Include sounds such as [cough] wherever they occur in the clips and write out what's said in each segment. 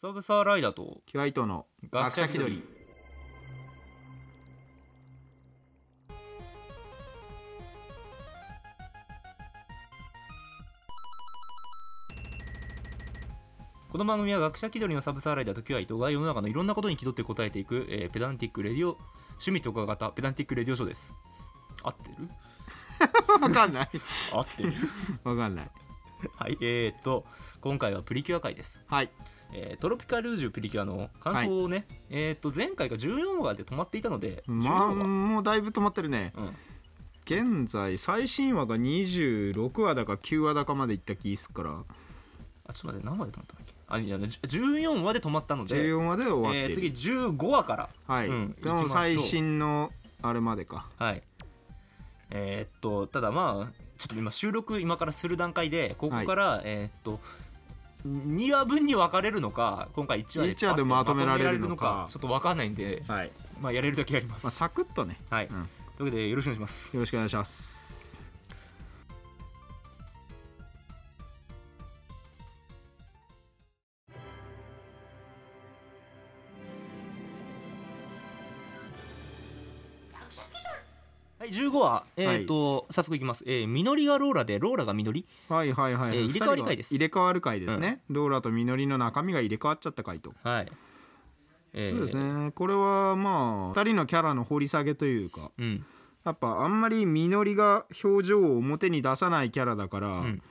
サブサーライダーとキュアイトの [laughs] 学者気取り。この番組は学者気取りのサブサーライダーとキュアイトが世の中のいろんなことに気取って答えていく、えーペダンティックレディオ趣味とか型ペダンティックレディオショーです合ってるわかんない。合ってるわかんない。 [laughs] はいえー、っと今回はプリキュア回です、はい。えートロピカルージュプリキュアの感想をね、えー、っと前回が14話で止まっていたのでまあ、 14話もうだいぶ止まってるね。うん、現在、最新話が26話だか9話だかまでいった気すっから、あちょっと待って何話で止まったんだっけあいやじゅ14話で止まったので14話で終わっえてーる。次15話からはい。うんでも最新のあれまでか。はい。えーっと、ただまあ、ちょっと今収録今からする段階で、ここから、えーっと、2話分に分かれるのか、今回1話で一話でまとめられるのかまとめられるちょっと分かんないんで、はい。まあやれるだけやります。まあ、サクッとね。はい。うんというわけでよろしくお願いします。よろしくお願いします。はい、15話、えーっと、早速いきます。えー、みのりがローラで、ローラがみのり。はいはいはい、えー入れ替わり回です二人が入れ替わる回ですね、ローラとみのりの中身が入れ替わっちゃった回と、はい。えーそうです。ねこれはまあ2人のキャラの掘り下げというかうん。やっぱあんまりみのりが表情を表に出さないキャラだから、うん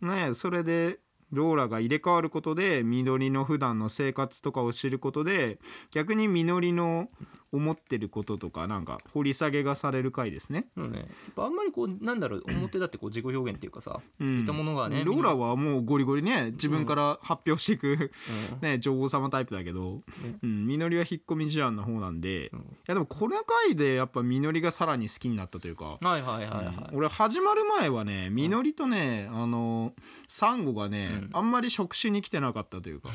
ねそれでローラが入れ替わることでみのりの普段の生活とかを知ることで逆にみのりの思ってることとかなんか掘り下げがされる回ですね。そうね、やっぱあんまりこうなん [clears throat] だろう表だってこう自己表現っていうかさ、うんそういったものがねローラはもうゴリゴリね自分から発表していく、 [laughs] うんね、女王様タイプだけど、ねうん、みのりは引っ込み思案の方なんで、うんいやでもこの回でやっぱみのりがさらに好きになったというか、はいはいはいはい、うん俺始まる前はねみのりとね、あのサンゴがね、うんあんまり触手に来てなかったというか、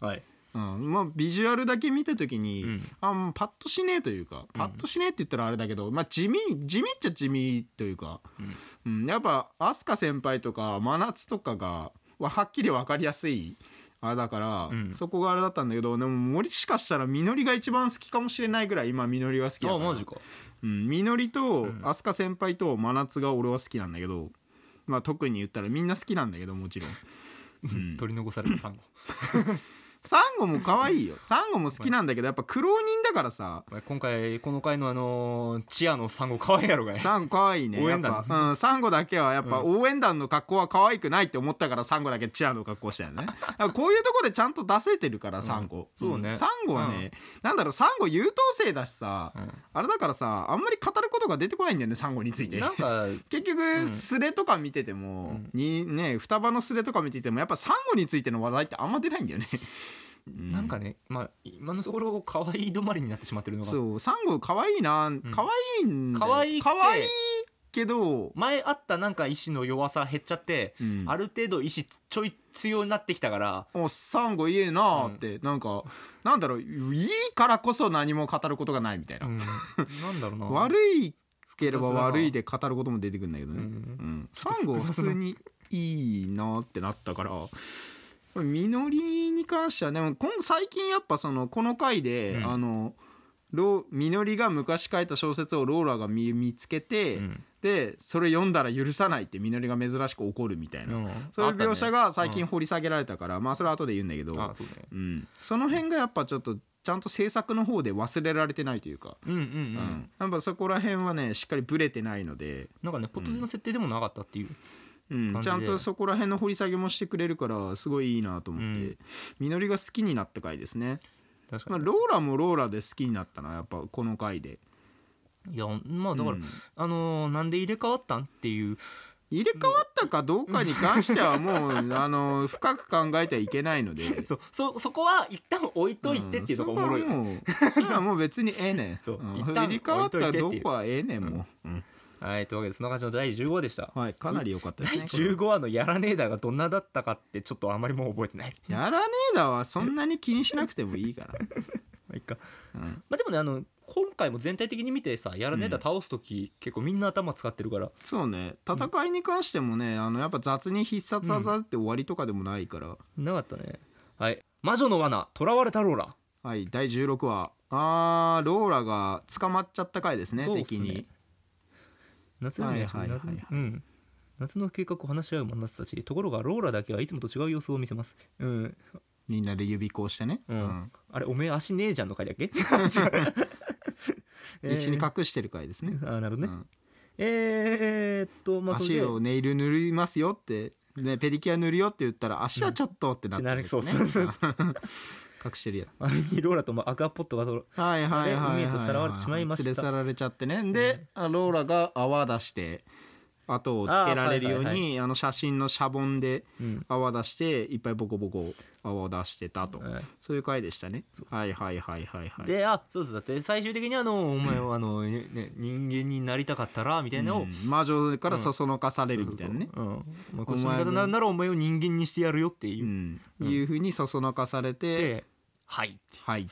はい、うんまあ、ビジュアルだけ見た時に、うんあもうパッとしねえというかパッとしねえって言ったらあれだけど、まあ、地味地味っちゃ地味というか、うん、やっぱ飛鳥先輩とか真夏とかがははっきり分かりやすいあれだから、うんそこがあれだったんだけどでももしかしたらみのりが一番好きかもしれないぐらい今みのりが好きだあからマジかうん、みのりとん飛鳥先輩と真夏が俺は好きなんだけど、まあ、特に言ったらみんな好きなんだけど [laughs] もちろん。うん取り残されたサンゴ [laughs] サンゴも可愛いよサンゴも好きなんだけどやっぱ苦労人だからさお前今回この回のあのーチアのサンゴ可愛いやろがいサンゴ可愛いね応やっ援団ぱ、うん、サンゴだけはやっぱう応援団の格好は可愛くないって思ったからサンゴだけチアの格好した [laughs] よねだからこういうとこでちゃんと出せてるからサンゴ、うんそうねサンゴはね、なんだろうサンゴ優等生だしさ、うんあれだからさあんまり語ることが出てこないんだよねサンゴについてなんか結ん局スレとか見てても、うんにね双葉のスレとか見ててもやっぱサンゴについての話題ってあんま出ないんだよね、うん [laughs] なんかねまあ今のところ可愛い止まりになってしまってるのがそうサンゴ可愛いな可愛いんだよ可愛いって可愛いけど、前あったなんか意志の弱さ減っちゃって、うんある程度意志ちょい強になってきたからおサンゴいいなって、なんかなんだろういいからこそ何も語ることがないみたいな、うんなんだろうな悪いければ複雑だな悪いで語ることも出てくるんだけどね、ううんんサンゴは普通にいいなってなったからみのりに関してはね今最近やっぱそのこの回で、うんあのロみのりが昔書いた小説をローラが見見つけて、うんでそれ読んだら許さないってみのりが珍しく怒るみたいな、うんそういう描写が最近あっ掘り下げられたから、まあそれは後で言うんだけたどねうんあそうねうん、その辺がやっぱちょっとちゃんと制作の方で忘れられてないというか、うんうんう、うんん、やっぱそこら辺はねしっかりブレてないので、なんかねポッドでの設定でもなかったっていう、うん感、じでちゃんとそこら辺の掘り下げもしてくれるからすごいいいなと思って、うんみのりが好きになった回ですね、確かまあ、に、ローラもローラで好きになったなやっぱこの回でいやまあだから、うんあのーなんで入れ替わったんっていう入れ替わったかどうかに関してはもう、 [laughs] あの深く考えてはいけないのでそうそそこは一旦置いといてっていうとこおもろいようね、んそこはもうそれはもう別にええねんそううん一旦入れ替わったら置どいといてっていうこはええねんもう、うんはい、というわけで、そんな感じの第15話でした。はい、かなり良かったです第ね。こ15話のやらねえだがどんなだったかって、ちょっとあまりもう覚えてない。 [laughs] れやらねえだはそんなに気にしなくてもいいから。まあいっかうん、まあ、でもね、あの、今回も全体的に見てさ、やらねえだ倒すとき、結構みんな頭使ってるから、そうね、戦いに関してもね、あのやっぱ雑に必殺技って終わりとかでもないから。なかったね。はい。魔女の罠囚われたローラはい第16話あーローラが捕まっちゃった回ですねそうっすね敵に夏のねはいはいはいはい夏のうん夏の計画を話し合う真夏たちところがローラだけはいつもと違う様子を見せますうんみんなで指こうしてね、うんあれおめえ足ねえじゃんの回だっけ違ううん [laughs] 一緒に隠してる回ですねえ、ー [laughs] あなるほどね、うんえー、っとまあそれ足でをネイル塗りますよって、ね、ペディキュア塗るよって言ったら足はちょっとってなってるんですね、ってなるそうそう隠してるやつあれにローラとまあアクアポットがそのはいはいはいはい、は海い、へとさらわれてしまいました連れ去られちゃってねで、あローラが泡出して後をつけられるようにあーあ,、はいはの写真のシャボンでうん、泡出していっぱいボコボコ泡を出してたと、はいそういう回でしたねはいはいはいはいはいであそうそうだって最終的にあのお前はあの、ねね人間になりたかったらみたいなのを、うん魔女からそそのかされるみたいなね、うん、お前こおっ前ちのの方なんならお前を人間にしてやるよってう言っんうんいうふうにそそのかされて、て、はいってはい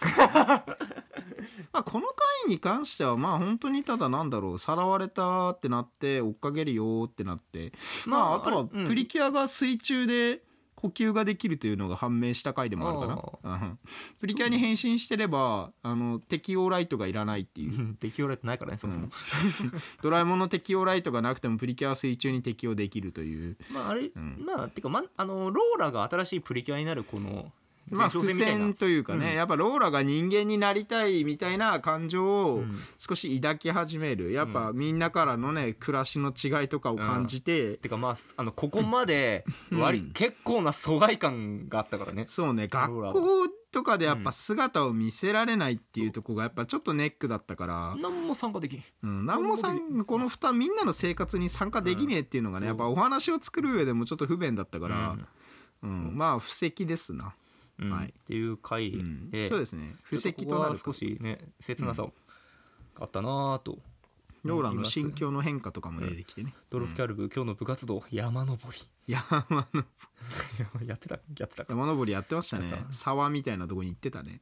まあこの回に関してはまあ本当にただなんだろうさらわれたってなって追っかけるよってなってまああとはプリキュアが水中で呼吸ができるというのが判明した回でもあるかな、うんプリキュアに変身してればあの適応ライトがいらないっていううん適応られてないからねそもそも、 [laughs] ドラえもんの適応ライトがなくてもプリキュアは水中に適応できるというまああれ、んまあてか、ま、あのローラが新しいプリキュアになるこのま前あ哨戦伏みたいな、線というかね、うんやっぱローラが人間になりたいみたいな感情うをん少し抱き始めるやっぱみんなからのね暮らしの違いとかを感じて、てかまああのここまでうん割、うん結構な疎外感があったからねそうねロ学ーラは校とかでやっぱ姿を見せられないっていうとこがやっぱちょっとネックだったから、何も参加できんうん、なんもさんこの2みんなの生活に参加できねえっていうのがうんね、やっぱお話を作る上でもちょっと不便だったからう、うんまあ布石ですな、んはいっていう回うで、んそうですね布石とちょっこなこるはか少しね切なさがあったなぁと、ローラの心心境の変化とかも出てきてね、ドルフキャルブ、今日の部活動山登り山の [laughs] やってたやってたか山登りやってましたねやった沢みたいなとこに行ってたね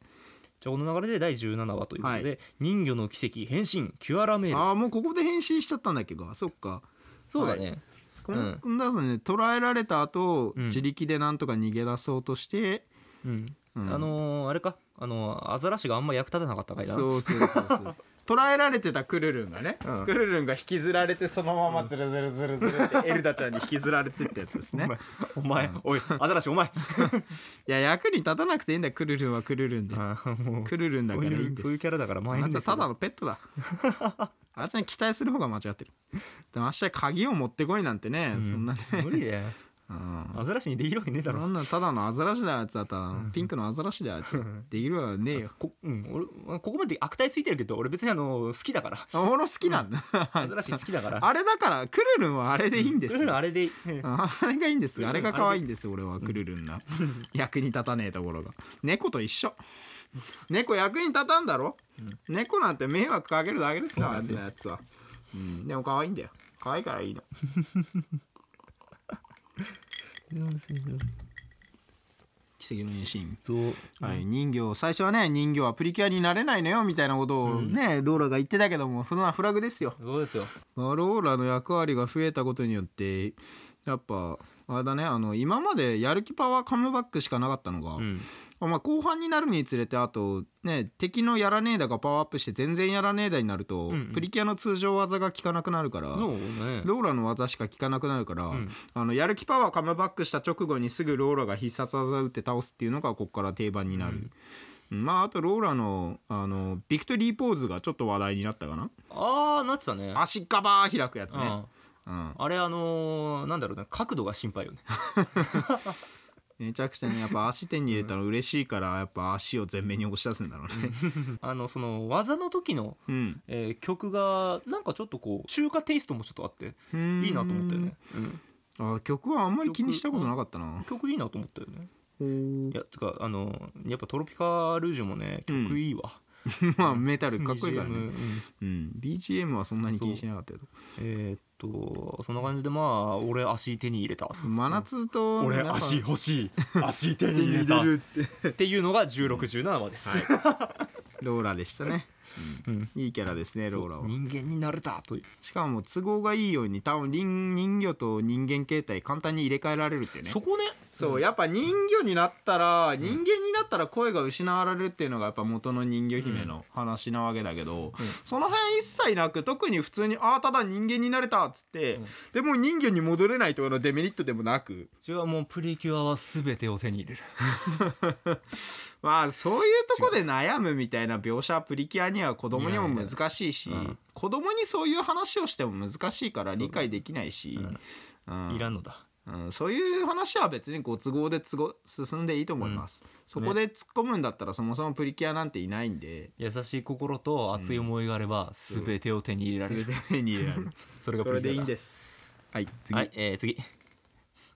じゃあこの流れで第17話ということで、は人魚の奇跡変身キュアラメールああもうここで変身しちゃったんだっけどそっかそうだね、この、うだからね捉えられた後、うん自力でなんとか逃げ出そうとして、うんうんあのーあれかあのーアザラシがあんま役立たなかった回だなそうそうそう [laughs] そう捉えられてたクルルンがね、うんクルルンが引きずられてそのままズルズルズルズルってエルダちゃんに引きずられてってやつ [laughs] ですねお前、 [laughs] うんおいアザラシお前いや役に立たなくていいんだクルルンはクルルンであーもうクルルンだそかうらいいいんうですそういうキャラだからまあいいあんいつではすけたどだのペットだあいつに期待する方が間違ってるでも明日鍵を持ってこいなんてね、うんそんなね、無理だようん、アザラシにできるわけねえだなろんなんただのアザラシだよあいつはただうのんピンクのアザラシだよあいつできるわねえよこ,、うん、俺ここまで悪態ついてるけど俺別にあの好きだからあ俺好きなん [laughs] だ、アザラシ好きだからあれだからクルルンはあれでいいんですうんあれでいいああれがいいんですうんあれが可愛いんです俺はクルルンが役に立たねえところが猫と一緒猫役に立たんだろ、猫なんて迷惑かけるだけですよそうあなんいですつよのやつは、うん、でも可愛いんだよ可愛いからいいの奇跡の名シーンそうはい、人形最初はね人形はプリキュアになれないのよみたいなことをね、ローラが言ってたけどもそんなフラグですよそうですよまあローラの役割が増えたことによってやっぱあれだねあの今までやる気パワーカムバックしかなかったのが、うんまあ、後半になるにつれてあとね敵のやらねえだがパワーアップして全然やらねえだになると、うんうんプリキュアの通常技が効かなくなるからそうねローラの技しか効かなくなるから、うんあのやる気パワーカムバックした直後にすぐローラが必殺技打って倒すっていうのがここから定番になる、まああとローラのあのビクトリーポーズがちょっと話題になったかなああなってたね足ガバー開くやつうね、んうん、あれあのーなんだろうね角度が心配よね [laughs] めちゃくちゃねやっぱ足手に入れたら嬉しいからやっぱ足を前面に押し出すんだろうね、あのその技の時の、うんえー曲がなんかちょっとこう中華テイストもちょっとあっていいなと思ったよね、うんあ曲はあんまり気にしたことなかったな曲いいなと思ったよねほいやてかあのやっぱトロピカルージュもね曲いいわ、う [laughs] まあメタルかっこいいから BGM うね、んうん、BGM はそんなに気にしなかったけどえーっとそんな感じでまあ俺足手に入れた真夏と俺なんか足欲し [laughs] い足手手にに入れ入れたるってっていうのが1617話です、ローラでしたね、うんいいキャラですねローラは人間になれたというしかも都合がいいように多分人人魚と人間形態簡単に入れ替えられるっていうねそこねそうやっぱ人魚になったら人間になったら声が失われるっていうのがやっぱ元の人魚姫の話なわけだけど、うんその辺一切なく特に普通に「ああただ人間になれた」っつって、うんでも人魚に戻れないというのデメリットでもなくそれはもうプリキュアは全てを手に入れるまあそういうとこで悩むみたいな描写はプリキュアには子供にも難しいし、いやいやうん子供にそういう話をしても難しいからそうだ理解できないしうん。うんいらんのだうん、そういう話は別にご都合で都合進んでいいと思います、そこで突っ込むんだったらそもそもプリキュアなんていないんで優しい心と熱い思いがあればうん全てを手に入れられる、全て手に入れられますそれがそプれリキュアだでいいんですはい次、はい、えー次。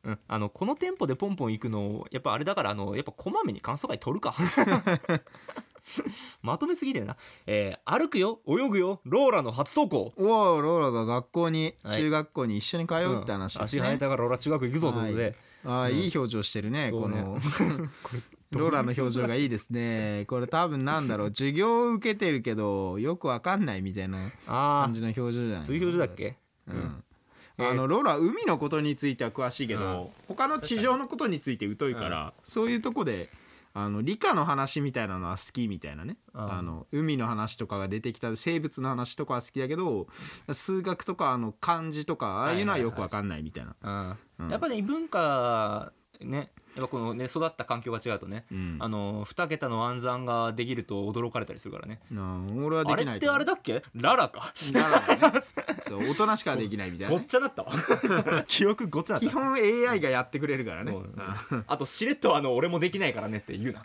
うん、あのこのテンポでポンポン行くのやっぱあれだからあのやっぱこまめに感想会取る [laughs] かまとめすぎだよな、えー歩くよ泳ぐよローラの初投稿おおローラが学校に、はい中学校に一緒に通うって話です足ね、早いだからローラ中学行くぞということで、ああ、うんいい表情してるねそこうねの [laughs] これローラの表情がいいですねこれ多分なんだろう授業を受けてるけどよくわかんないみたいなあ感じの表情じゃないあのそういう表情だっけうんえーあのローラは海のことについては詳しいけど、うん他の地上のことについて疎いからそういうとこであの理科の話みたいなのは好きみたいなね、うんあの海の話とかが出てきた生物の話とかは好きだけど数学とかあの漢字とかああいうのはよくわかんないみたいな。うんうんやっぱね異文化ねやっぱこのね育った環境が違うとね、うんあの2桁の暗算ができると驚かれたりするからねうん俺はであきれないってあれだっけララかだからねそう大人しかできないみたいごなっねちゃなったわ [laughs] 記憶ごっちゃなった基本 AI がやってくれるからねそうあとしれっとあの俺もできないからねって言う [laughs] な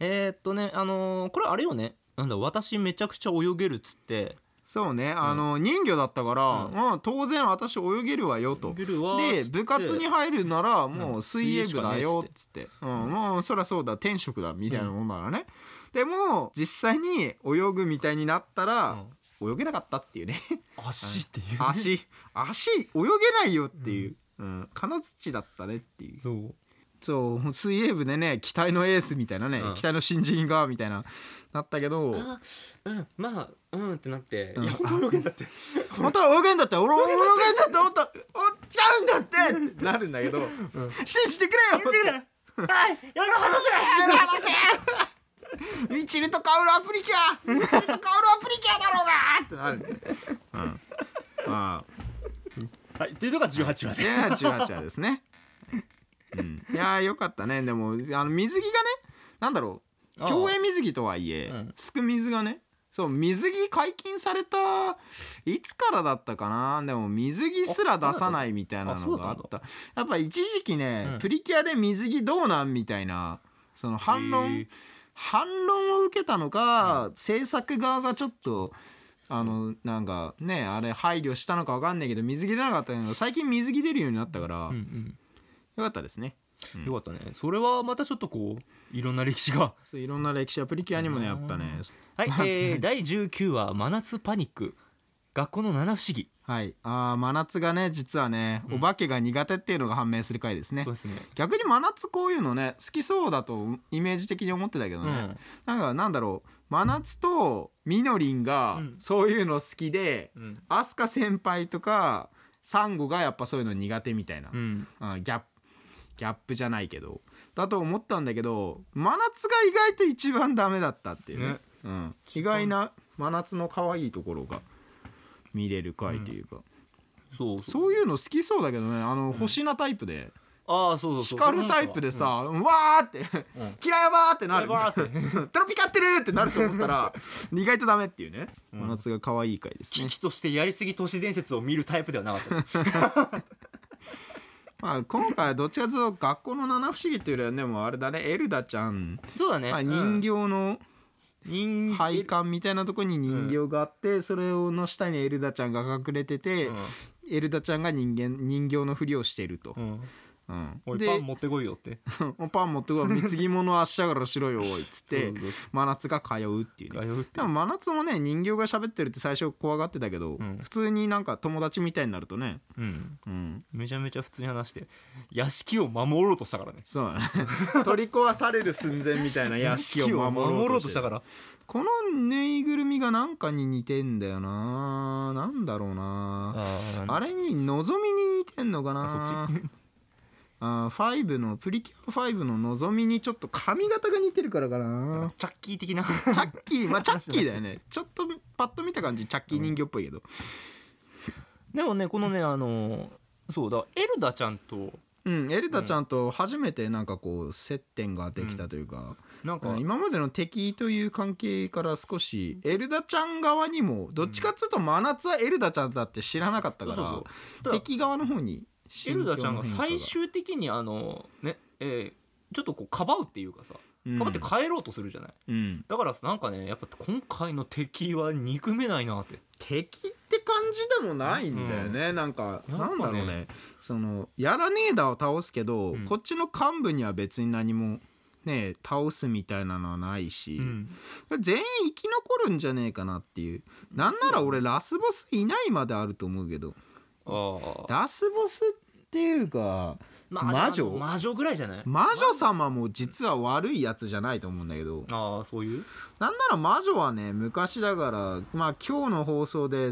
えーっとねあのーこれあれよねなんだ私めちゃくちゃ泳げるっつってそうねあの、人魚だったから、うんまあ当然私泳げるわよと泳げるわでつって部活に入るならもううん水泳部だよっつって、うんもうそりゃそうだ天職だみたいなもんだからね、でも実際に泳ぐみたいになったうら、ん泳げなかったっていう [laughs] ね足っていうね、足足泳げないよっていう、うん、金槌だったねっていうそうそう水泳部でね期待のエースみたいなね、うん期待の新人がみたいななったけどあうんまあうんってなって、うんいや本当泳げんだって本当は泳げんだって俺泳げんだって本当はおっちゃうんだってってなるんだけど、信じてくれよってはい夜話ミチルとカウルアプリキュアミチルとカウルアプリキュアだろうがってなるうんまあせはいというのが18話で、で18話ですね、うん、いやーよかったねでもあの水着がねなんだろうああ競泳水着とはいえ、うんすく水がねそう水着解禁されたいつからだったかなでも水着すら出さないみたいなのがあっあそうたやっぱ一時期ね、うんプリキュアで水着どうなんみたいなその反論、えー反論を受けたのか、制作側がちょっとあのなんかねあれ配慮したのか分かんないけど水着出なかったけど最近水着出るようになったから、うよんかったですねうん、よかったねそれはまたちょっとこういろんな歴史がそういろんな歴史アプリキュアにもねやっぱうね [laughs] はい、えー、第19話「真夏パニック」学校の七不思議、はいあー真夏がね実はね、うんお化けが苦手っていうのが判明する回ですねそうですね逆に真夏こういうのね好きそうだとイメージ的に思ってたけどね、なんかなんだろう真夏とみのりんがうんそういうの好きで、うんうん飛鳥先輩とかサンゴがやっぱそういうの苦手みたいな、うんうんギャップギャップじゃないけどだと思ったんだけど真夏が意外と一番ダメだったっていうねねうん、意外な真夏の可愛いところが見れる回というか、そうそうそういうの好きそうだけどねあの星なタイプで、ああそうそうそう光るタイプでさ、うんわーって [laughs] うんうん「キラヤバー!」ってなバるーバーって [laughs] 「トロピカってる!」ってなると思ったら意外とダメっていうね [laughs] うん真夏が可愛い回ですね、危機としてやりすぎ都市伝説を見るタイプではなかったですまあ今回はどっちかというと学校の七不思議っていうよりはねもうあれだねエルダちゃん、 [laughs] そうだね、まあ、うん人形の人配管みたいなとこに人形があって、それの下にエルダちゃんが隠れてて、エルダちゃんが人間人形のふりをしているとう、ん、うん、うんおいでパン持ってこいよって「 [laughs] おパン持ってこい貢ぎ物あっしゃがらしろよおい」っつってそうそう真夏が通うっていうそうね通うってでも真夏もね人形が喋ってるって最初怖がってたけど、うん普通になんか友達みたいになるとね、うんうん、めちゃめちゃ普通に話して屋敷を守ろうとしたからねそうだね [laughs] 取り壊される寸前みたいな屋敷を屋敷を守ろうとして守ろうとしたから [laughs] このぬいぐるみがなんかに似てんだよななんだろうなああれにのぞみに似てんのかなあそっち [laughs] あー5のプリキュア5ののぞみにちょっと髪型が似てるからかなチャッキー的 [laughs] なチャッキーまあチャッキーだよねちょっとパッと見た感じチャッキー人形っぽいけどでもねこのねあのそうだエルダちゃんとうんエルダちゃんと初めてなんかこう接点ができたというか、なんか、今までの敵という関係から少しエルダちゃん側にもどっちかっつうと真夏はエルダちゃんだって知らなかったそうかそらうそうただ敵側の方にエルダちゃんが心境の変化最終的にあのねえーちょっとこうかばうっていうかさかうんばって帰ろうとするじゃない、うんだからなんかねやっぱ今回の敵は憎めないなって敵って感じでもないんだよね、なんかやっぱねなんだろうねそのやらねえだを倒すけど、うんこっちの幹部には別に何もね倒すみたいなのはないし、うん全員生き残るんじゃねえかなっていうなんなら俺ラスボスいないまであると思うけどああラスボスっていうかまあ魔女魔女ぐらいじゃない魔女様も実は悪いやつじゃないと思うんだけどああそういうなんなら魔女はね昔だからまあ今日の放送で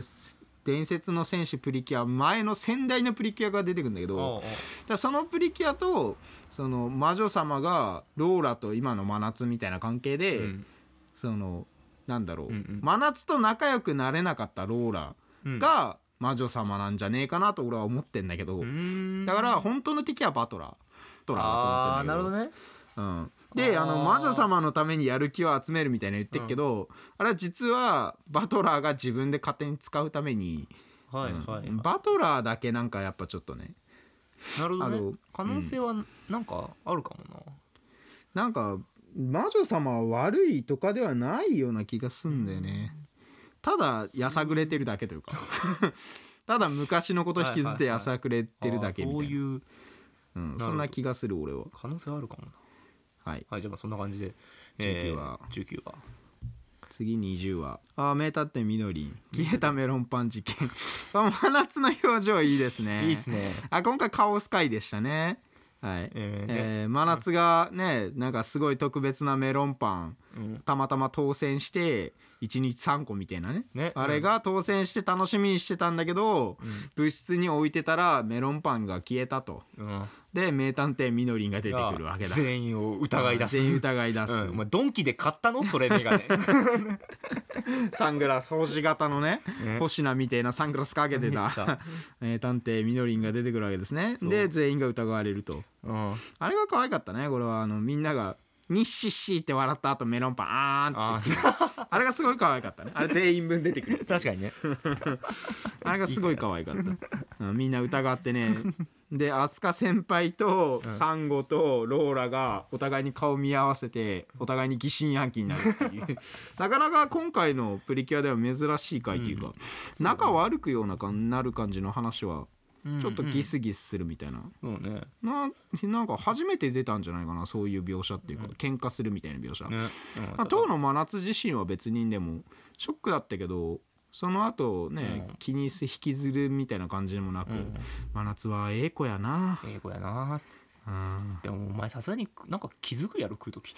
伝説の戦士プリキュア前の先代のプリキュアが出てくるんだけどああだからそのプリキュアとその魔女様がローラと今の真夏みたいな関係で、うんそのなんだろう、うんうん真夏と仲良くなれなかったローラうんが魔女様なんじゃねえかなと俺は思ってんだけど、うーんだから本当の敵はバトラーバトラーあだと思っあてんだなけるほどどねうん、であーあの魔女様のためにやる気を集めるみたいなの言ってるけど、あれは実はバトラーが自分で勝手に使うために、はいうんはい、なバトラーだけなんかやっぱちょっとねるほあどのね可能性はなんかあるかもな、なんか魔女様は悪いとかではないような気がすんだよねただやさぐれてるだけというか [laughs] ただ昔のこと引きずってやさぐれてるだけみああそうたいないううんほどそんな気がする俺は可能性あるかもなはいはいじゃあまあそんな感じで19話えー19話次20話「ああ名探偵みのりん消えたメロンパン事件」 [laughs] あ真夏の表情いいですねいいっすねあ今回カオス回でしたねはいえーねえー真夏がねなんかすごい特別なメロンパンうんたまたま当選して1日3個みたいなねねあれが当選して楽しみにしてたんだけど、うん部室に置いてたらメロンパンが消えたとうんで名探偵みのりんが出てくるわけだ全員を疑い出す全員疑い出す、うん、お前ドンキで買ったのそれメ [laughs] ガネサングラス星型のねね星名みたいなサングラスかけ見ててたた [laughs] 名探偵みのりんが出てくるわけですねそうで全員が疑われるとうんあれが可愛かったねこれはあのみんながニッシッシーって笑った後メロンパンあーんっつってあれがすごい可愛かったねあれ全員分出てくる確かにねあれがすごい可愛かった。うんみんな疑って [laughs] ね。で、飛鳥先輩とうんサンゴとローラがお互いに顔見合わせて、お互いに疑心暗鬼になるって [laughs] いう。なかなか今回のプリキュアでは珍しい回っていうか、仲悪くようなかなる感じの話は、ちょっとギスギスするみたいな。うんうんそうねななんか初めて出たんじゃないかな、そういう描写っていうか、喧嘩するみたいな描写。ねまあ、当の真夏自身は別にでもショックだったけどその後ね、うん気にす引きずるみたいな感じでもなく、うん真夏はええ子やな、英語やなうんまでもお前さすがになんか気づくやろ食う時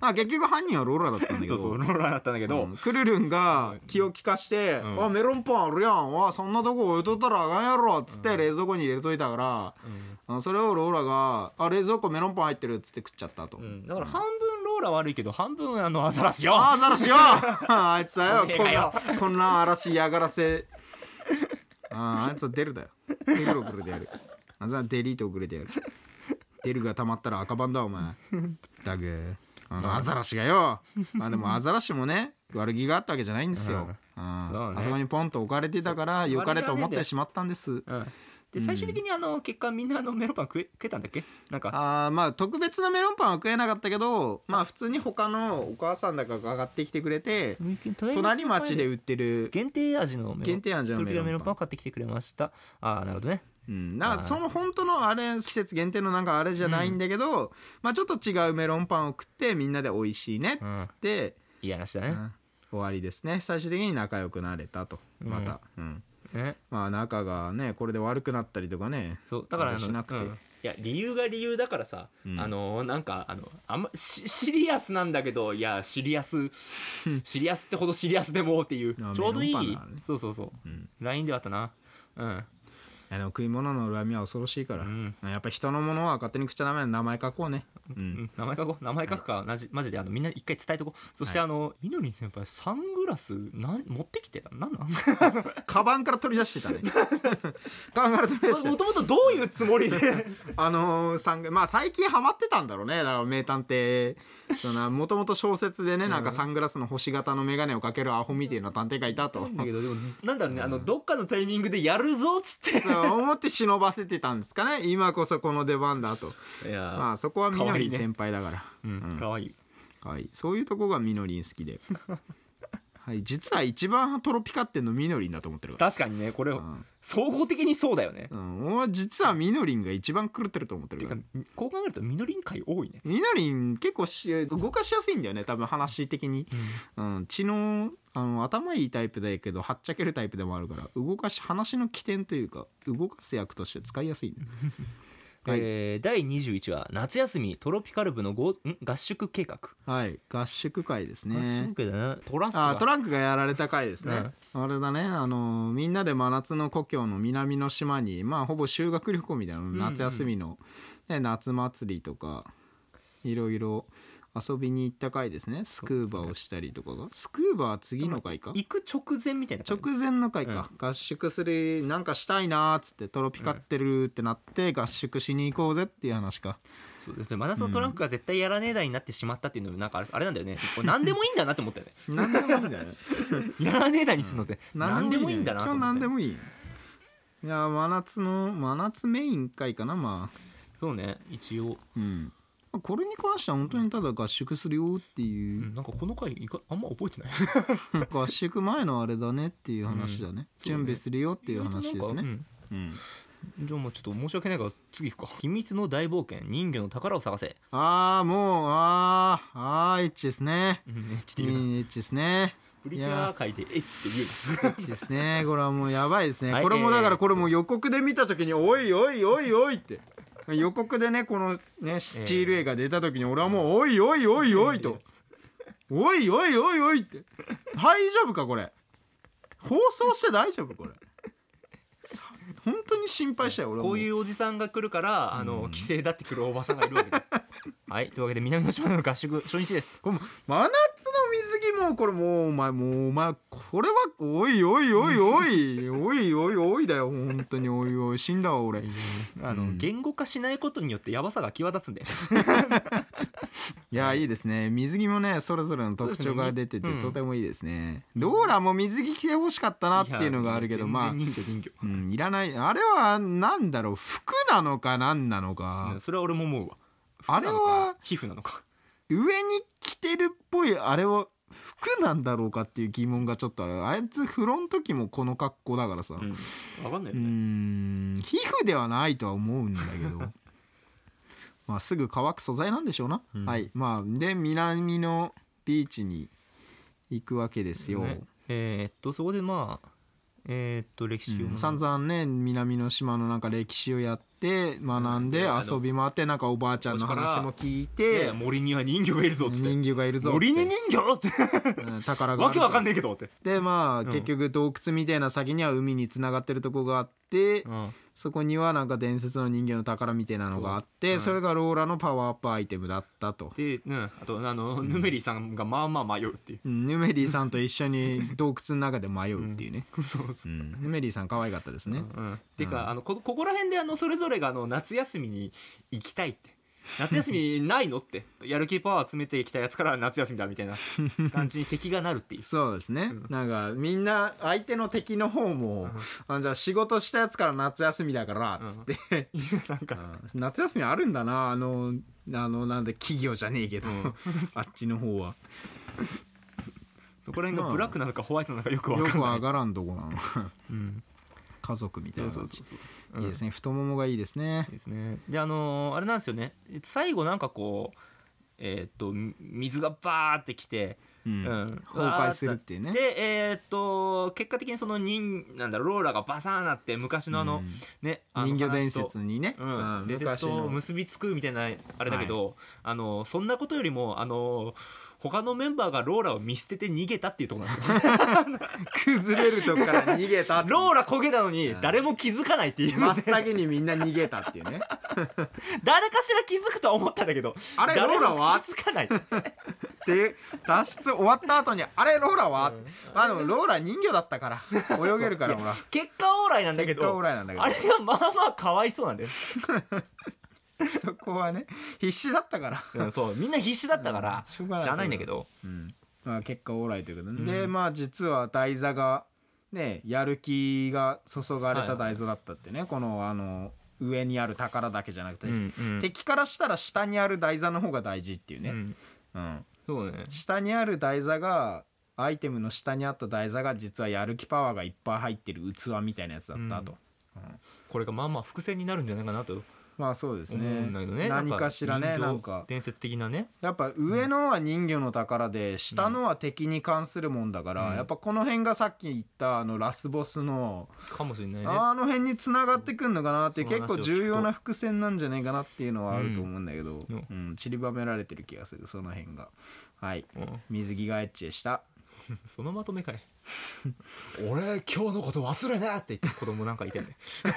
あ結局犯人はローラだったんだけそうどそうローラーだったんだけど、うんくるるんが気を利かして「うんあメロンパンあるやんあそんなとこ置いとったらあかんやろ」っつって冷蔵庫に入れといたから、うんあのそれをローラが「あ冷蔵庫メロンパン入ってる」っつって食っちゃったと。うんだから半分ローラー悪いけど半分あのアザラシよああ、アザラシよあいつはよおめえこがんなよこんな嵐嫌がらせあああいつは出るだよ出る遅れてやるあいつはデリート遅れてやる出るがたまったら赤番だお前だぐあのアザラシがよまあでもアザラシもね悪気があったわけじゃないんですよ、あそうあねあそこにポンと置かれてたから良かれと思ってしまったんですうんで最終的にあの結果みんなあのメロンパン食え食えたんだっけなんかあーまあ特別なメロンパンは食えなかったけどまあ普通に他のお母さんだかが上がってきてくれて隣町で売ってる限定味のメロン限定味のプリメロンパンキュアメロンパンを買ってきてくれましたああなるほどねうん、だからはいその本当のあれ季節限定のなんかあれじゃないんだけど、まあちょっと違うメロンパンを食ってみんなで美味しいねっつって、いい話だうね、ん終わりですね最終的に仲良くなれたとうんまた、うんねまあ仲がねこれで悪くなったりとかねそうだからああれのしなくてうんいや理由が理由だからさ、うんあのーなんかあのあんまシシリアスなんだけどいやシリア [laughs] スシリアスってほどシリアスでもっていうあちょうどいメロンい、パンだからねそうそうそううんラインではあったなうんやでも食い物の恨みは恐ろしいから、うんやっぱ人のものは勝手に食っちゃダメなの名前書こうねううんん名前書こう名前書くか、なじマジであのみんな一回伝えとこうそして、はいあのみのりん先輩サングラスなん持ってきてたなんなんカバンから取り出し [laughs] てたねカバンから取り出してもともとどういうつも [laughs] りであのー、さんまあ最近ハマってたんだろうねだから名探偵そのもともと小説でね、なんかサングラスの星型の眼鏡をかけるアホみたいな探偵がいたとだけどでもなんだろうね、あのどっかのタイミングでやるぞっつっ思って忍ばせてたんですかね今こそこの出番だとていやまあそこはみのかわいりいんね先輩だからうん、かわいい可愛いそういうとこがみのりん好きではい実は一番トロピカってんのみのりんだと思ってるから確かにねこれ、うん総合的にそうだよね、うん、俺は実はみのりんが一番狂ってると思っててるかからこう考えるとみのりん会多いね、みのりん結構し動かしやすいんだよね多分話的にうん、知能あの頭いいタイプだけどはっちゃけるタイプでもあるから動かし話の起点というか動かす役として使いやすいね、はいえー、第21話「夏休みトロピカル部のごん合宿計画」はい合宿会です合ね宿計だなトランクあがトランクがやられた回ですね、あれだねあのみんなで真夏の故郷の南の島にまあほぼ修学旅行みたいなのん夏休みの、ね、夏祭りとかいろいろ遊びに行った回ですねスクーバーをしたりとかがスクーバーは次の回か行く直前みたいな感じ直前の回か、合宿するなんかしたいなーっつってトロピカってるってなって合宿しに行こうぜっていう話かそうですね真夏のトランクが絶対やらねえだになってしまったっていうのもなんかあれあれなんだよねこれ何でもいいんだなって思ったよね何でもいいんだよね [laughs] やらねえだにするのって何でもいいんだなと今日思っ [laughs] 何てでもいいいやー真夏の真夏メイン回かなまあそうね一応うんこれに関しては本当にただ合宿するよってういう、んなんかこの回いかあんま覚えてない合宿前のあれだねっていう話そだね,、うね準備するよっていう話ですなねんかうんうんじゃあもうちょっと申し訳ないから次行くか [laughs] 秘密の大冒険人魚の宝を探せああもうあーあーエッチですねうんエッチいで言うないエッチですねプリキュア界でエッチって言うなですね。これはもうやばいですね。はいこれもだかえーらこれも予告で見た時に「おいおいおいおい」って予告でねこのねスチール映画出た時に俺はもう「おいおいおいおい」と「おいおいおいおい」って大丈夫かこれ放送して大丈夫これさ本当に心配したよ俺はもこういうおじさんが来るからあの帰省だって来るおばさんがいる [laughs] わけだはいというわけで南の島の合宿初日ですこれも真夏の水着もこれもうお前もうお前これはおいおいおいおいおいおいおいだよ本当においおい死んだわ俺あうのん言語化しないことによってやばさが際立つんでいやはーいいいですね水着もねそれぞれの特徴が出ててそうですねとてもいいですねローラも水着着てほしかったなっていうのがあるけどいやまあ全然人魚人魚うんいらないあれはなんだろう服なのか何なのかそれは俺も思うわあれ服なのはか皮膚なのか上に着てるっぽいあれは服なんだろうかっていう疑問がちょっとあるあいつフロント機もこの格好だからさうん分かんないうよねん皮膚ではないとは思うんだ [laughs] けどまあすぐ乾く素材なんでしょうな、うんはいまあで南のビーチに行くわけですよ、ねえーっとそこでまあえーっと歴史をうん散々ね南の島のなんか歴史をやって学んうんでであの遊び回ってなんかおばあちゃんの話も聞いでて森には人魚がいるぞっつって人魚がいるぞっつ森っにて人魚ってうん宝がわけわかんなねいえけどってでまあん結局洞窟みたいな先には海に繋がってるとこがあってうんそこにはなんか伝説の人魚の宝みたいなのがあってそうそれがローラのパワーアップアイテムだったとでうんあとあのヌメリさんがまあまあ迷うっていううんヌメリーさんと一緒 [laughs] に洞窟の中で迷うっていうね、そうですうんヌメリーさん可愛かったですね、うん、てか、あのこここら辺であのそれぞれがあの夏休みに行きたいって夏休みないのって [laughs] やる気パワー集めてきたやつから夏休みだみ [laughs] たいな感じに敵がなるっていう [laughs] そうですね、なんかみんな相手の敵の方も、あじゃあ仕事したやつから夏休みだからっつって、いやなんか、うん夏休みあるんだなあのあのなんで企業じゃねえけど、 [laughs] あっちの方はそこら辺がブラックなのかホワイトなのかよくわよかくんない上がらんとこなのうん、家族みたいそなうそう感じそうそう、いいですね太ももがいいですねうんいいですねであのーあれなんですよね、えっと、最後なんかこうえーっとみ水がバーってきて、うんうん崩壊するっていうねでえーっと結果的にその人なんだろうローラがバサーなって昔のあの、うんねあの人魚伝話と説にね、うん、伝説と結びつくみたいなあれだけど、あのそんなことよりもあの他のメンバーがローラを見捨てて逃げたっていうところなんです [laughs] よ崩れるとこから逃げたローラ焦げたのに誰も気づかないっていう [laughs] 真のっで先にみんな逃げたっていうね [laughs] 誰かしら気づくとは思ったんだけどあ [laughs] れ誰もローラは気づかないで脱出終わった後にあれローラは、あのローラ人魚だったから泳げるからほら結果オーライなんだけ結果どオーライなんだけどあれがまあまあかわいそうなんだよ、そこはね必死だったから、うんそうみんな必死だったから、うんしょうがないじゃないんだけどうんまあ、結果オーライということで,、んでまあ実は台座がねやる気が注がれはいたはい台座だったってね、このあの上にある宝だけじゃなくて、うん敵からしたら下にある台座の方が大事っていうね、うんうん、そうね下にある台座がアイテムの下にあった台座が実はやる気パワーがいっぱい入ってる器みたいなやつだったと、これがまあまあ伏線になるんじゃないかなとまあそうです思うんだけどねね何かしらね人形なんか伝説的なねやっぱ上のは人魚の宝で下のは敵に関するもんだから、うんやっぱこの辺がさっき言ったあのラスボスの、かもしれないねあの辺に繋がってくんのかなっていうその結話構を聞くと重要な伏線なんじゃないかなっていうのはあると思うんだけど、うんうん散りばめられてる気がするその辺がはいうん水着がエッチでしたそのまとめ [laughs] かい俺今日のこと忘れなって言って子供なんかいてね [laughs]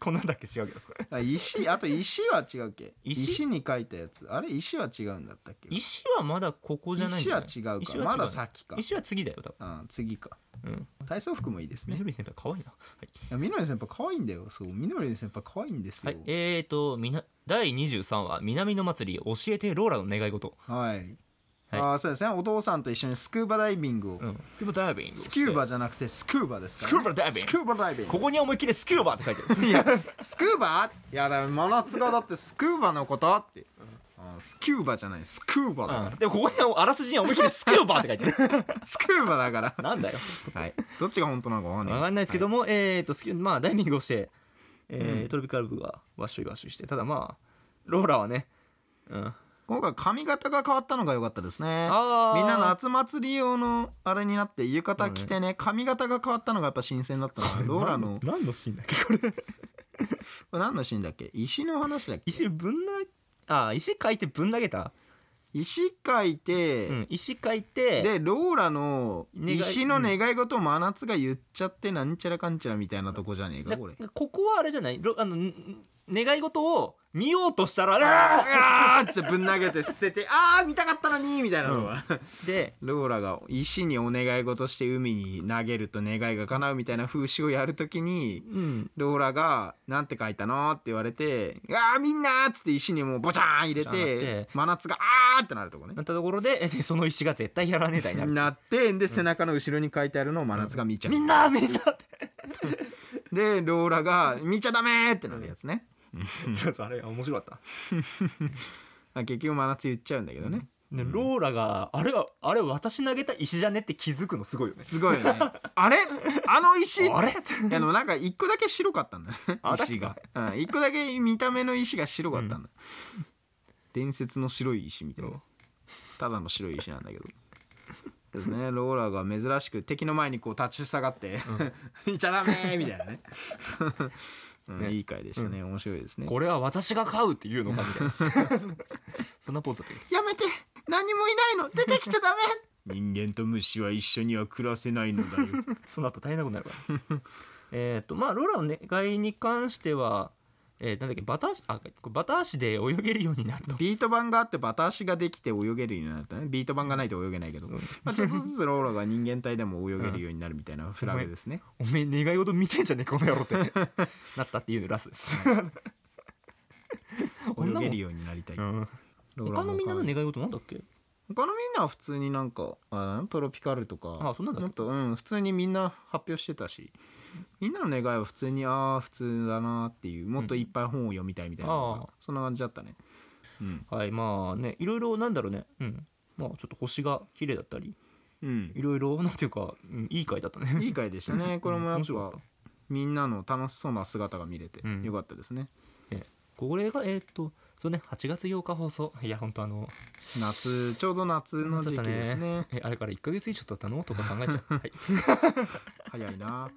こんなんだっけ違うけどあ石あと石は違うっけ石石に書いたやつあれ石は違うんだったっけ石はまだここじゃないん石じゃはない違うか石はまだ先か石は次だよ多分あ次かうん体操服もいいですねみのり先輩可愛いなはいいやみのり先輩可愛いんだよそうみのり先輩可愛いんですはよい、えーとみな第23話「南の祭り教えてローラの願い事はい、はいああそうですねお父さんと一緒にスクーバダイビングを、」うんスキューバダイビングスキューバじゃなくてスクーバですから、スね、クーバダイビングスクーバダイビングここに思いっきりスキューバって書 [laughs] いてあるいやスクーバいやだから真夏がだってスクーバのことって、あースキューバじゃないスクーバだから、うんでもここにあらすじには思いっきりスキューバって書いてあるスクーバだから [laughs] なんだよはいどっちが本当なのかわかんないわかんないですけども、えーとスキューまあダイビングをして、えーうんトロピカル部がわっしょいわっしょいしてただまあローラはね、うん、今回髪型が変わったのが良かったですねあーみん [laughs] なの夏祭り用のあれになって浴衣着てね髪型が変わったのがやっぱ新鮮だったのでローラの何のシーンだっけこれこれ何のシーンだっけ石の話だっけ石ぶんなあー石書いてぶん投げた、石書いて、うん、石書いてでローラの願い石の願い事を真夏が言っちゃってなんちゃらかんちゃらみたいなとこじゃねえかだこれここはあれじゃないろあのんん願い事を見ようとしたらああーっ [laughs] つってぶん投げて捨ててあー見たかったのにみたいなのは、ーでローラが石にお願い事して海に投げると願いが叶うみたいな風習をやるときにうんローラが「なんて書いたの?」って言われて「あーみんな!」っつって石にもうボチャーン入れボチャーン入れてて真夏が「あー!」ってなるとこねなったところでえでその石が絶対やらねえだになるなってで背中の後ろに書いてあるのを真夏が見ちゃう、みんなみんなってでローラが「見ちゃダメ!」ってなるやつね、 [laughs] あれ面白かったあ結局真夏言っちゃうんだけどね、でローラがあれはあれ私投げた石じゃねって気づくのすごいよねすごいよねあれあの石あれいやでもなんか一個だけ白かったんだねあ石が、うん、一個だけ見た目の石が白かったんだ、伝説の白い石みたいなただの白い石なんだけどですねローラが珍しく敵の前にこう立ち塞がって「いちゃダメ!」みたい [laughs] なね, 、うん、ねいい回でしたね、面白いですねこれは私が買うっていうのかみたいな [laughs] そんなポーズだったっけやめて何もいないの出てきちゃダメ人間と虫は一緒には暮らせないのだよその後大変なことになるから [laughs] えっとまあローラの願いに関してはえー、なんだっけバタ足あバタ足で泳げるようになると [laughs] ビート板があってバタ足ができて泳げるようになったねビート板がないと泳げないけど、まあ、ちょっとずつローラが人間体でも泳げるようになるみたいなフラグですね、おめえ願い事見てんじゃねえこの野 [laughs] 郎ってなったっていうのラス [laughs] です。泳げるよ。ようになりたい、うんローラ他のもみんなの可愛い願い事なんだっけ？他のみんなは普通になんかあのトロピカルとかあそんなんだっけもっとうん普通にみんな発表してたしみんなの願いは普通にああ普通だなっていうもっといっぱい本を読みたいみたいなのが、ああそんな感じだったね、うんはい、まあね、いろいろなんだろうね。うん。まあちょっと星が綺麗だったり、うんい、ろいろ [laughs] なんていうか、うんいい回だったね。いい回でしたねこれもうんやっ面白かぱっみんなの楽しそうな姿が見れてうんよかったですね、これがえーっと、そうね、8月8日放送。いや本当あの、夏ちょうど夏の [laughs] 時期ですねえあれから1ヶ月以上経ったのとか考えちゃう。はい。早いな